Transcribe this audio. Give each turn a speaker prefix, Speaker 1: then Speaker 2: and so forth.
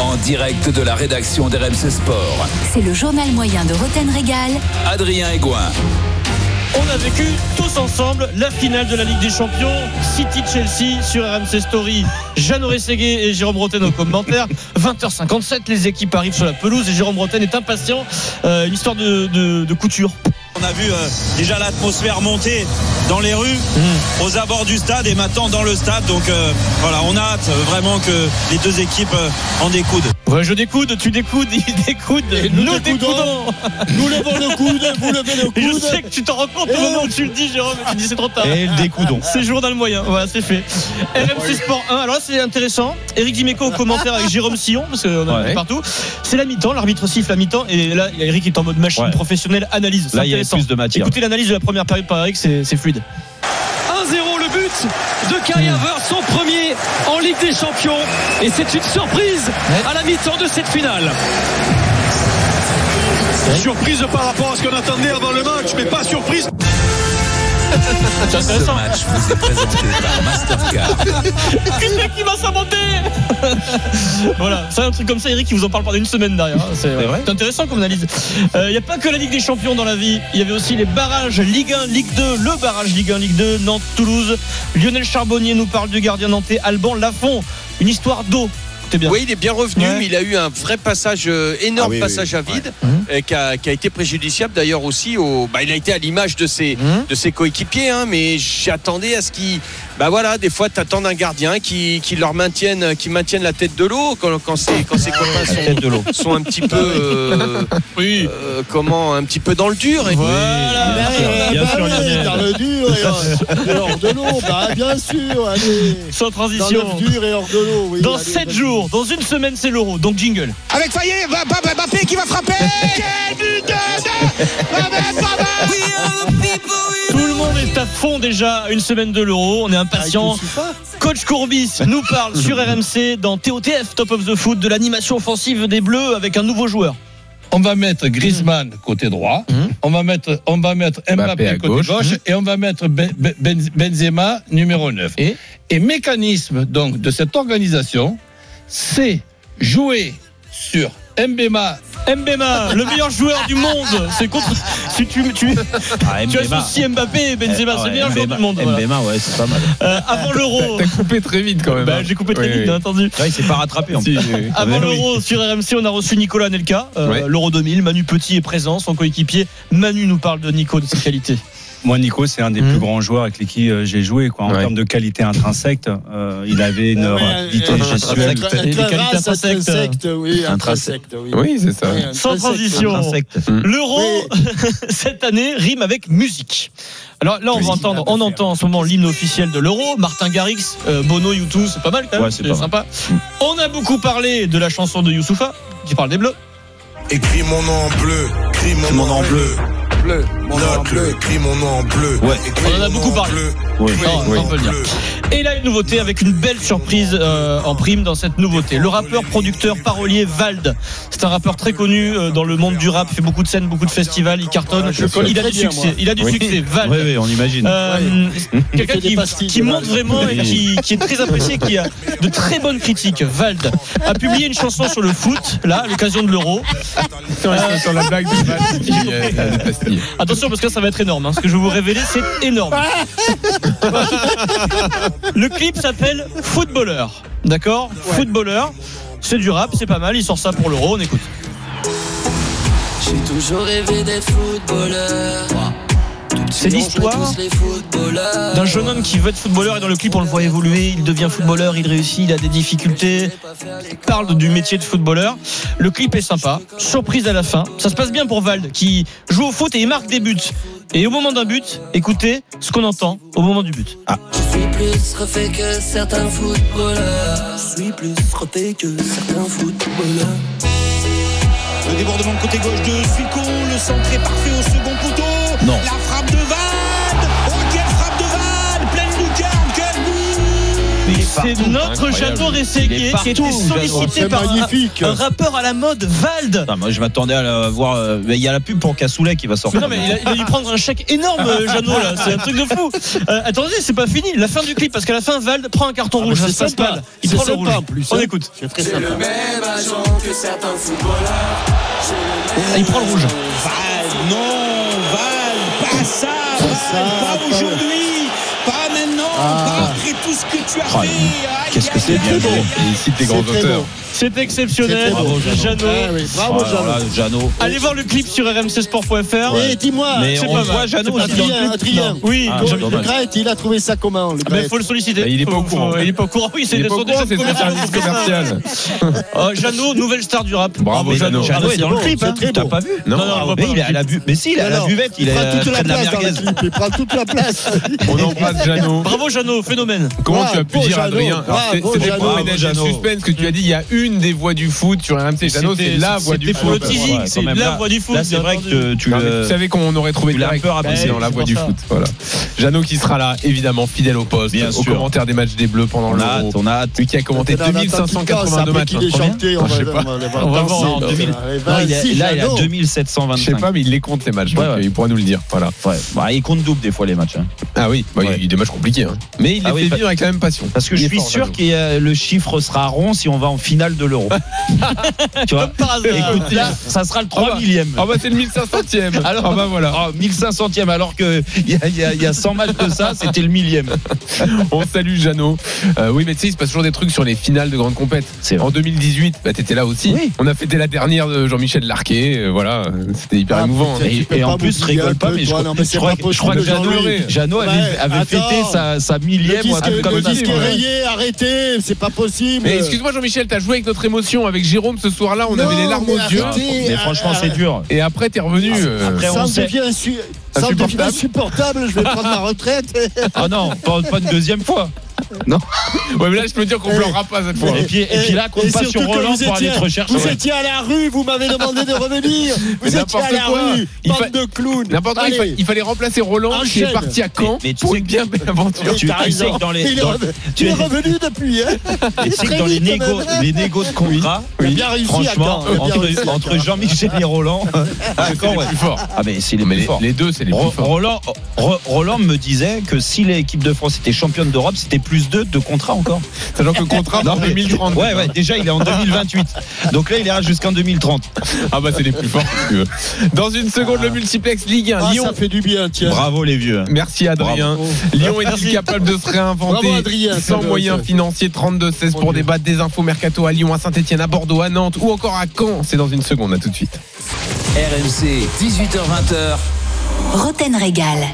Speaker 1: En direct de la rédaction d'RMC Sport,
Speaker 2: C'est le journal moyen de Roten Régal.
Speaker 1: Adrien Egoin.
Speaker 3: On a vécu tous ensemble la finale de la Ligue des Champions, City-Chelsea sur RMC Story. Jeanne Ségué et Jérôme Roten aux commentaires. 20h57, les équipes arrivent sur la pelouse et Jérôme Roten est impatient. Euh, une histoire de, de- de couture.
Speaker 4: On a vu euh, déjà l'atmosphère monter dans les rues, aux abords du stade et maintenant dans le stade. Donc euh, voilà, on a hâte euh, vraiment que les deux équipes euh, en découdent.
Speaker 3: Ouais, je découde, tu découdes, il découde,
Speaker 5: Et
Speaker 3: nous,
Speaker 5: nous
Speaker 3: découdons.
Speaker 5: découdons. Nous levons le coude, vous levez le
Speaker 3: Et Je sais
Speaker 5: coude.
Speaker 3: que tu t'en rends compte au moment où tu le dis, Jérôme, et tu dis c'est trop tard.
Speaker 5: Et le découdon.
Speaker 3: C'est jour dans le moyen, voilà, c'est fait. RMC Sport 1, alors là c'est intéressant. Eric Dimeco au commentaire avec Jérôme Sillon, parce qu'on a
Speaker 5: Ouais.
Speaker 3: vu partout. C'est la mi-temps, l'arbitre siffle la mi-temps, et là il y a Eric qui est en mode machine
Speaker 5: Ouais.
Speaker 3: professionnelle, analyse. C'est intéressant.
Speaker 5: de matière.
Speaker 3: Écoutez l'analyse de la première période par Eric, c'est c'est fluide.
Speaker 6: 1-0 le but de Kai
Speaker 5: Hmm.
Speaker 6: Havertz, son premier en Ligue des Champions et c'est une surprise à la mi-temps de cette finale.
Speaker 4: Surprise par rapport à ce qu'on attendait avant le match, mais pas surprise.
Speaker 3: C'est
Speaker 1: Ce match vous est présenté par Mastercard.
Speaker 3: Qu'est-ce que qui m'a saboté Voilà, c'est un truc comme ça, Eric, il vous en parle pendant une semaine derrière. hein. C'est
Speaker 5: vrai
Speaker 3: c'est intéressant comme analyse. Il n'y a pas que la Ligue des Champions dans la vie, il y avait aussi les barrages Ligue 1, Ligue 2, le barrage Ligue 1, Ligue 2, Nantes-Toulouse. Lionel Charbonnier nous parle du gardien nantais Alban Lafont. Une histoire d'eau. Écoutez bien.
Speaker 7: Oui, il est bien revenu,
Speaker 3: Ouais.
Speaker 7: mais il a eu un vrai passage, euh, énorme
Speaker 5: Ah oui,
Speaker 7: passage
Speaker 5: oui,
Speaker 7: à
Speaker 5: oui.
Speaker 7: vide,
Speaker 3: Hum.
Speaker 7: euh, qui, a, qui a été préjudiciable d'ailleurs aussi. Au, bah, il a été à l'image de ses,
Speaker 3: Mhm.
Speaker 7: de ses coéquipiers, hein, mais j'attendais à ce qu'il. Bah voilà, des fois, t'attends d'un gardien qui, qui leur maintienne, qui maintienne la tête de l'eau quand, quand ses, quand ses
Speaker 3: Ah,
Speaker 7: copains sont,
Speaker 5: de l'eau.
Speaker 7: sont un petit peu, euh,
Speaker 3: Oui.
Speaker 7: euh, comment, un petit peu dans le dur. Et
Speaker 3: Voilà. Ah, bah
Speaker 5: Bien sûr, Dans le dur et hors- et hors de l'eau. Bah, bien sûr, allez.
Speaker 3: Sans
Speaker 5: Dans
Speaker 3: transition.
Speaker 5: le dur et hors de l'eau. oui,
Speaker 3: Dans
Speaker 5: allez,
Speaker 3: 7
Speaker 5: vas-y.
Speaker 3: jours, dans une semaine, c'est l'euro. Donc jingle.
Speaker 4: Avec Fayet, Mbappé qui va frapper Quel but de
Speaker 3: Tout le monde est à fond déjà à une semaine de l'euro. On
Speaker 5: Ah, il
Speaker 3: est impatient.
Speaker 5: te suit pas
Speaker 3: Coach Courbis nous parle sur RMC dans TOTF Top of the Foot de l'animation offensive des Bleus avec un nouveau joueur.
Speaker 8: on
Speaker 3: Mhm.
Speaker 8: va mettre Griezmann côté droit, on va mettre on va mettre Mbappé, côté gauche, et on va mettre Ben- Ben- Ben- Benzema numéro 9. Et, mécanisme donc de cette organisation, c'est jouer sur Mbema.
Speaker 3: Mbema, le meilleur joueur du monde. C'est contre. Si tu, tu,
Speaker 5: Ah,
Speaker 3: tu associes Mbappé et Benzema, c'est le meilleur joueur du monde. voilà.
Speaker 5: ouais, c'est pas mal.
Speaker 3: Euh, avant l'euro.
Speaker 8: coupé très vite quand même. hein.
Speaker 3: Bah, J'ai coupé très vite, bien entendu.
Speaker 5: Là, il s'est pas rattrapé en plus. Ah, bah
Speaker 3: Avant l'Euro sur RMC, on a reçu Nicolas Nelka, euh,
Speaker 8: Ouais.
Speaker 3: l'Euro 2000. Manu Petit est présent, son coéquipier. Manu nous parle de Nico, de ses qualités.
Speaker 5: Moi, Nico, c'est un des
Speaker 3: Mhm.
Speaker 5: plus grands joueurs avec qui euh, j'ai joué. Quoi. En
Speaker 8: Ouais.
Speaker 5: termes de qualité intrinsèque, euh, il avait une rapidité gestuelle.
Speaker 3: euh, oui,
Speaker 8: Oui, c'est ça.
Speaker 3: Sans transition.
Speaker 5: Hmm.
Speaker 3: L'euro cette année rime avec musique. Alors là, on va entendre, on entend
Speaker 5: hein.
Speaker 3: en ce moment l'hymne officiel de l'euro. Martin Garrix, euh, Bono, YouTube, c'est pas mal quand même.
Speaker 5: Ouais, c'est pas mal.
Speaker 3: sympa. On a beaucoup parlé de la chanson de Youssoufa qui parle des bleus.
Speaker 4: Écris mon nom en bleu, écris mon, nom en bleu.
Speaker 7: Bleu, mon
Speaker 4: Note-le, écris mon nom en bleu.
Speaker 5: Ouais.
Speaker 4: Écris
Speaker 3: On en
Speaker 4: mon
Speaker 3: a
Speaker 4: nom
Speaker 3: beaucoup parlé.
Speaker 4: bleu,
Speaker 5: Oui.
Speaker 4: écris
Speaker 3: Ah,
Speaker 4: mon
Speaker 3: on
Speaker 4: nom
Speaker 3: peut le dire.
Speaker 4: bleu.
Speaker 3: Et là, une nouveauté avec une belle surprise euh, en prime dans cette nouveauté. Le rappeur, producteur, parolier Vald. C'est un rappeur très connu euh, dans le monde du rap. Il fait beaucoup de scènes, beaucoup de festivals. Il cartonne.
Speaker 5: Je le connais
Speaker 3: il a
Speaker 5: très
Speaker 3: du
Speaker 5: bien,
Speaker 3: succès.
Speaker 5: moi.
Speaker 3: Il a du
Speaker 5: Oui.
Speaker 3: succès. Vald.
Speaker 5: Oui, oui, on imagine.
Speaker 3: Euh, Quelqu'un
Speaker 5: fait des
Speaker 3: qui,
Speaker 5: pastilles,
Speaker 3: qui monte
Speaker 5: Vald.
Speaker 3: vraiment et qui, qui est très apprécié, qui a de très bonnes critiques. Vald a publié une chanson sur le foot, là, à l'occasion de l'Euro. Euh,
Speaker 8: Sur la blague
Speaker 5: euh,
Speaker 8: de
Speaker 3: Attention, parce que là, ça va être énorme. hein. Ce que je vais vous révéler, c'est énorme. Le clip s'appelle Footballeur. D'accord Footballeur. C'est du rap, c'est pas mal. Il sort ça pour l'Euro. On écoute.
Speaker 6: J'ai toujours rêvé d'être footballeur.
Speaker 3: C'est l'histoire d'un jeune homme qui veut être footballeur et dans le clip on le voit évoluer, il devient footballeur, il réussit, il a des difficultés, il parle du métier de footballeur. Le clip est sympa, surprise à la fin. Ça se passe bien pour Vald qui joue au foot et il marque des buts. Et au moment d'un but, écoutez ce qu'on entend au moment du but.
Speaker 6: Je suis plus refait que certains footballeurs. Je suis plus refait que certains footballeurs.
Speaker 4: Le débordement de côté gauche de Suicon, le centre
Speaker 1: Oh,
Speaker 3: partout.
Speaker 9: Notre Jeannot Rességuier qui était sollicité par un, un rappeur à la mode, Vald.
Speaker 3: moi, je m'attendais à la voir. euh, mais Il y a la pub pour Cassoulet qui va sortir.
Speaker 9: Non mais il a, il a dû prendre un chèque énorme euh, Jeannot là, c'est un truc de fou. Euh, attendez, c'est pas fini, la fin du clip parce qu'à la fin Vald prend un carton
Speaker 5: Ah,
Speaker 9: rouge,
Speaker 5: mais
Speaker 9: ça
Speaker 5: c'est
Speaker 9: se passe
Speaker 5: sympa.
Speaker 9: mal. Il
Speaker 5: C'est
Speaker 9: prend le
Speaker 5: sympa,
Speaker 9: rouge.
Speaker 5: en plus,
Speaker 9: On
Speaker 5: hein.
Speaker 9: écoute.
Speaker 5: C'est très sympa.
Speaker 9: Ah, Il prend le rouge.
Speaker 3: Val, non, Val, pas ça, Val, pas aujourd'hui, pas maintenant, pas après tout ce que tu as fait. Qu'est-ce que c'est bien
Speaker 5: beau.
Speaker 3: Ici, tes
Speaker 5: C'est très beau.
Speaker 9: C'est exceptionnel,
Speaker 5: C'est très beau,
Speaker 9: Jeannot.
Speaker 5: Ah oui, Bravo, Jeannot.
Speaker 3: Jeannot.
Speaker 9: Allez voir le clip sur rmcsport.fr.
Speaker 5: Et dis-moi,
Speaker 3: Mais
Speaker 9: C'est
Speaker 3: on
Speaker 9: pas
Speaker 3: voit
Speaker 9: mal.
Speaker 3: Jeannot
Speaker 9: C'est
Speaker 3: aussi
Speaker 9: pas
Speaker 3: dans
Speaker 9: mal.
Speaker 3: le
Speaker 5: Adrien,
Speaker 3: clip.
Speaker 5: Adrien.
Speaker 3: Non.
Speaker 9: Oui,
Speaker 3: Ah,
Speaker 9: donc,
Speaker 3: Jeannot.
Speaker 5: le Gret, il a trouvé ça comment le
Speaker 9: Ah, mais
Speaker 5: Gret
Speaker 9: faut le solliciter.
Speaker 3: Bah, il est pas au
Speaker 9: Faut-
Speaker 3: courant.
Speaker 9: faut- Il est pas au courant. Oui, c'est
Speaker 3: Il est pas au
Speaker 9: déjà
Speaker 3: courant,
Speaker 9: le
Speaker 3: c'est
Speaker 9: premier
Speaker 3: son service
Speaker 9: service
Speaker 3: commercial.
Speaker 9: Euh, Jeannot, nouvelle star du rap.
Speaker 3: Bravo, Jeannot.
Speaker 9: Jeannot est
Speaker 5: c'est
Speaker 9: dans le
Speaker 5: beau,
Speaker 9: clip.
Speaker 5: c'est
Speaker 9: hein.
Speaker 5: très
Speaker 3: T'as
Speaker 5: beau.
Speaker 3: pas vu
Speaker 9: Non, non, on voit
Speaker 3: mais
Speaker 9: pas
Speaker 3: il est
Speaker 9: dans
Speaker 3: à la bu- mais si, il est à la
Speaker 5: Alors,
Speaker 3: buvette, il
Speaker 5: il
Speaker 3: est
Speaker 5: prend toute
Speaker 3: près
Speaker 5: la
Speaker 3: de la
Speaker 5: place dans le
Speaker 3: merguez.
Speaker 5: clip, il prend toute la place.
Speaker 7: On embrasse Jeannot.
Speaker 9: Bravo Jeannot, phénomène.
Speaker 7: Comment
Speaker 5: Bravo,
Speaker 7: tu as pu dire,
Speaker 5: Jeannot.
Speaker 7: Adrien Alors,
Speaker 5: Bravo,
Speaker 7: c'est- C'était
Speaker 5: Jeannot.
Speaker 7: pour ménager le
Speaker 3: Bravo, Jeannot.
Speaker 7: suspense que tu as dit. Il y a une des voix du foot sur RMC. Jeannot, c'est la voix du
Speaker 9: C'était
Speaker 3: Ah,
Speaker 7: foot.
Speaker 9: pour le
Speaker 3: bah,
Speaker 7: Ouais,
Speaker 9: teasing,
Speaker 7: quand
Speaker 9: c'est
Speaker 7: même.
Speaker 9: la
Speaker 7: Là-
Speaker 9: voix du foot.
Speaker 3: Là, c'est
Speaker 9: bien
Speaker 3: vrai
Speaker 9: entendu.
Speaker 3: que tu
Speaker 7: Non, mais tu
Speaker 3: le.
Speaker 7: savais qu'on aurait trouvé
Speaker 3: tu l'as
Speaker 7: direct
Speaker 3: un peu rabaissé,
Speaker 7: c'est dans la
Speaker 9: c'est
Speaker 7: voix
Speaker 9: pour
Speaker 7: du
Speaker 9: ça.
Speaker 7: foot. Voilà. Jeannot qui sera là, évidemment, fidèle au poste,
Speaker 3: Bien
Speaker 7: au
Speaker 3: sûr.
Speaker 7: commentaire des matchs des Bleus pendant
Speaker 3: On
Speaker 7: le
Speaker 3: a hâte, on a hâte.
Speaker 7: Lui qui a commenté
Speaker 5: Attends, attends, attends,
Speaker 7: 2582
Speaker 5: après
Speaker 7: matchs.
Speaker 5: qu'il ait
Speaker 7: hein.
Speaker 5: chanté, on
Speaker 7: Je sais
Speaker 5: va-
Speaker 7: pas.
Speaker 5: on va aller
Speaker 9: On va voir
Speaker 5: Vinci,
Speaker 9: en
Speaker 5: là,
Speaker 9: 2000.
Speaker 5: allez,
Speaker 3: Non, il est-
Speaker 5: Vinci,
Speaker 3: là, il est à
Speaker 5: Jeannot.
Speaker 7: Je sais
Speaker 3: 2725.
Speaker 7: pas, mais il les compte les matchs, donc
Speaker 3: Ouais, ouais.
Speaker 7: euh, il pourra nous le dire. Voilà.
Speaker 3: Ouais.
Speaker 9: Ah,
Speaker 3: Bah, il compte double des fois les matchs. hein.
Speaker 7: Ah oui, bah,
Speaker 3: Ouais.
Speaker 7: il y a des matchs compliqués. hein. Mais il les
Speaker 3: Ah oui,
Speaker 7: fait
Speaker 3: pas-
Speaker 7: vivre avec la même passion.
Speaker 3: Parce que
Speaker 7: Il
Speaker 3: je
Speaker 7: est
Speaker 3: suis
Speaker 7: fort,
Speaker 3: sûr
Speaker 7: Jeannot.
Speaker 3: que euh, le chiffre sera rond si on va en finale de l'euro. tu vois
Speaker 9: Par hasard.
Speaker 3: Écoutez, ça sera le 3
Speaker 7: bah.
Speaker 3: millième.
Speaker 7: Ah bah c'est le 1500ème.
Speaker 3: Alors-
Speaker 7: ah bah voilà.
Speaker 3: Oh, 1500ème, alors qu'il y, a- il y a- il y a 100 matchs de ça, c'était le millième.
Speaker 7: On salue Jeannot. Euh, oui, mais tu sais, il se passe toujours des trucs sur les finales de grandes compètes.
Speaker 3: C'est vrai.
Speaker 7: En 2018, bah, t'étais là aussi.
Speaker 3: Oui.
Speaker 7: On a fêté la dernière de Jean-Michel Larquet. euh, voilà, c'était hyper
Speaker 5: Ah,
Speaker 7: émouvant.
Speaker 5: putain,
Speaker 7: hein.
Speaker 5: tu
Speaker 3: Et,
Speaker 5: peux
Speaker 3: et
Speaker 5: pas
Speaker 3: en plus,
Speaker 5: m'oublier
Speaker 3: rigole
Speaker 5: un
Speaker 3: pas,
Speaker 5: peu,
Speaker 3: mais je
Speaker 5: toi,
Speaker 3: crois,
Speaker 5: non, mais
Speaker 3: je
Speaker 5: c'est
Speaker 3: crois-
Speaker 5: pas
Speaker 3: je crois que
Speaker 5: possible,
Speaker 3: Jeannot,
Speaker 5: Jean-Louis.
Speaker 3: Jeannot avait,
Speaker 5: Ouais,
Speaker 3: avait
Speaker 5: attends.
Speaker 3: fêté sa, sa
Speaker 5: Le
Speaker 3: millième ou un
Speaker 5: disque,
Speaker 3: truc comme
Speaker 5: le
Speaker 3: ça.
Speaker 5: disque est rayé, arrêtez, c'est pas possible.
Speaker 7: Mais excuse-moi Jean-Michel, t'as joué avec notre émotion. Avec Jérôme ce soir-là, on
Speaker 5: Non,
Speaker 7: avait les larmes
Speaker 5: mais
Speaker 7: aux yeux.
Speaker 5: arrêtez.
Speaker 3: Mais franchement, c'est dur.
Speaker 7: Et après, t'es revenu. euh,
Speaker 3: Après, on
Speaker 5: ça me
Speaker 3: sait.
Speaker 5: devient insu- ça me devient
Speaker 7: Insupportable.
Speaker 5: insupportable, je vais prendre ma retraite.
Speaker 3: Ah non, pas, pas une deuxième fois.
Speaker 7: Ouais, mais là, je peux dire qu'on
Speaker 5: Eh.
Speaker 7: pleurera pas cette fois.
Speaker 3: Et puis, et puis là, compte
Speaker 5: Et
Speaker 3: pas
Speaker 5: surtout
Speaker 3: sur
Speaker 5: que
Speaker 3: Roland
Speaker 5: vous
Speaker 3: pour aller te
Speaker 5: étiez-
Speaker 3: rechercher.
Speaker 5: Vous étiez à la rue, vous m'avez demandé de revenir.
Speaker 7: Mais
Speaker 5: Vous étiez à
Speaker 7: n'importe
Speaker 5: la
Speaker 7: quoi.
Speaker 5: rue,
Speaker 7: Il fa-
Speaker 5: bande de clowns.
Speaker 7: N'importe quoi, il, fa-
Speaker 5: Allez.
Speaker 7: il fallait remplacer Roland qui est
Speaker 5: Enchaîne.
Speaker 7: parti à Caen
Speaker 3: Mais- mais tu
Speaker 7: pour
Speaker 3: sais
Speaker 7: une
Speaker 3: que-
Speaker 7: bien belle aventure.
Speaker 5: Oui,
Speaker 3: tu-
Speaker 5: t'as
Speaker 3: tu sais
Speaker 5: raison.
Speaker 3: que dans les-
Speaker 5: Il est
Speaker 3: dans-
Speaker 5: revenu-
Speaker 3: tu-
Speaker 5: il est revenu depuis. hein.
Speaker 3: Et c'est que
Speaker 5: Très
Speaker 3: dans les
Speaker 5: vite, quand
Speaker 3: négos,
Speaker 5: même.
Speaker 3: les négos de contrat,
Speaker 5: Il a bien réussi à
Speaker 3: franchement,
Speaker 5: Caen,
Speaker 7: euh,
Speaker 5: il a bien réussi à
Speaker 3: entre,
Speaker 5: Caen.
Speaker 3: entre Jean-Michel et Roland, à
Speaker 7: C'est
Speaker 3: Caen,
Speaker 7: les
Speaker 3: ouais.
Speaker 7: plus forts.
Speaker 3: Ah mais c'est les
Speaker 7: Mais
Speaker 3: plus
Speaker 7: les,
Speaker 3: forts.
Speaker 7: les deux, c'est les plus
Speaker 3: Ro-
Speaker 7: forts.
Speaker 3: Roland, Ro- Roland me disait que si l'équipe de France était championne d'Europe, c'était plus 2 de contrat encore.
Speaker 7: Sachant que le contrat
Speaker 3: Non,
Speaker 7: pour
Speaker 3: mais-
Speaker 7: 2030.
Speaker 3: Ouais, ouais, déjà il est en 2028. Donc là, il ira jusqu'en 2030.
Speaker 7: Ah bah c'est les plus forts si tu veux. Dans une seconde, le multiplex Ligue 1
Speaker 5: Ah,
Speaker 7: Lyon.
Speaker 5: ça fait du bien, tiens.
Speaker 3: Bravo les vieux. hein.
Speaker 7: Merci Adrien. Lyon est-il capable de se réinventer
Speaker 5: Bravo, Adrien, ça
Speaker 7: sans
Speaker 5: doit
Speaker 7: moyens
Speaker 5: être-
Speaker 7: financiers 32-16 pour
Speaker 5: Mon Dieu.
Speaker 7: débattre des infos mercato à Lyon, à Saint-Etienne, à Bordeaux, à Nantes ou encore à Caen C'est dans une seconde, à tout de suite.
Speaker 10: RMC, 18h20h.
Speaker 2: Roten Régal.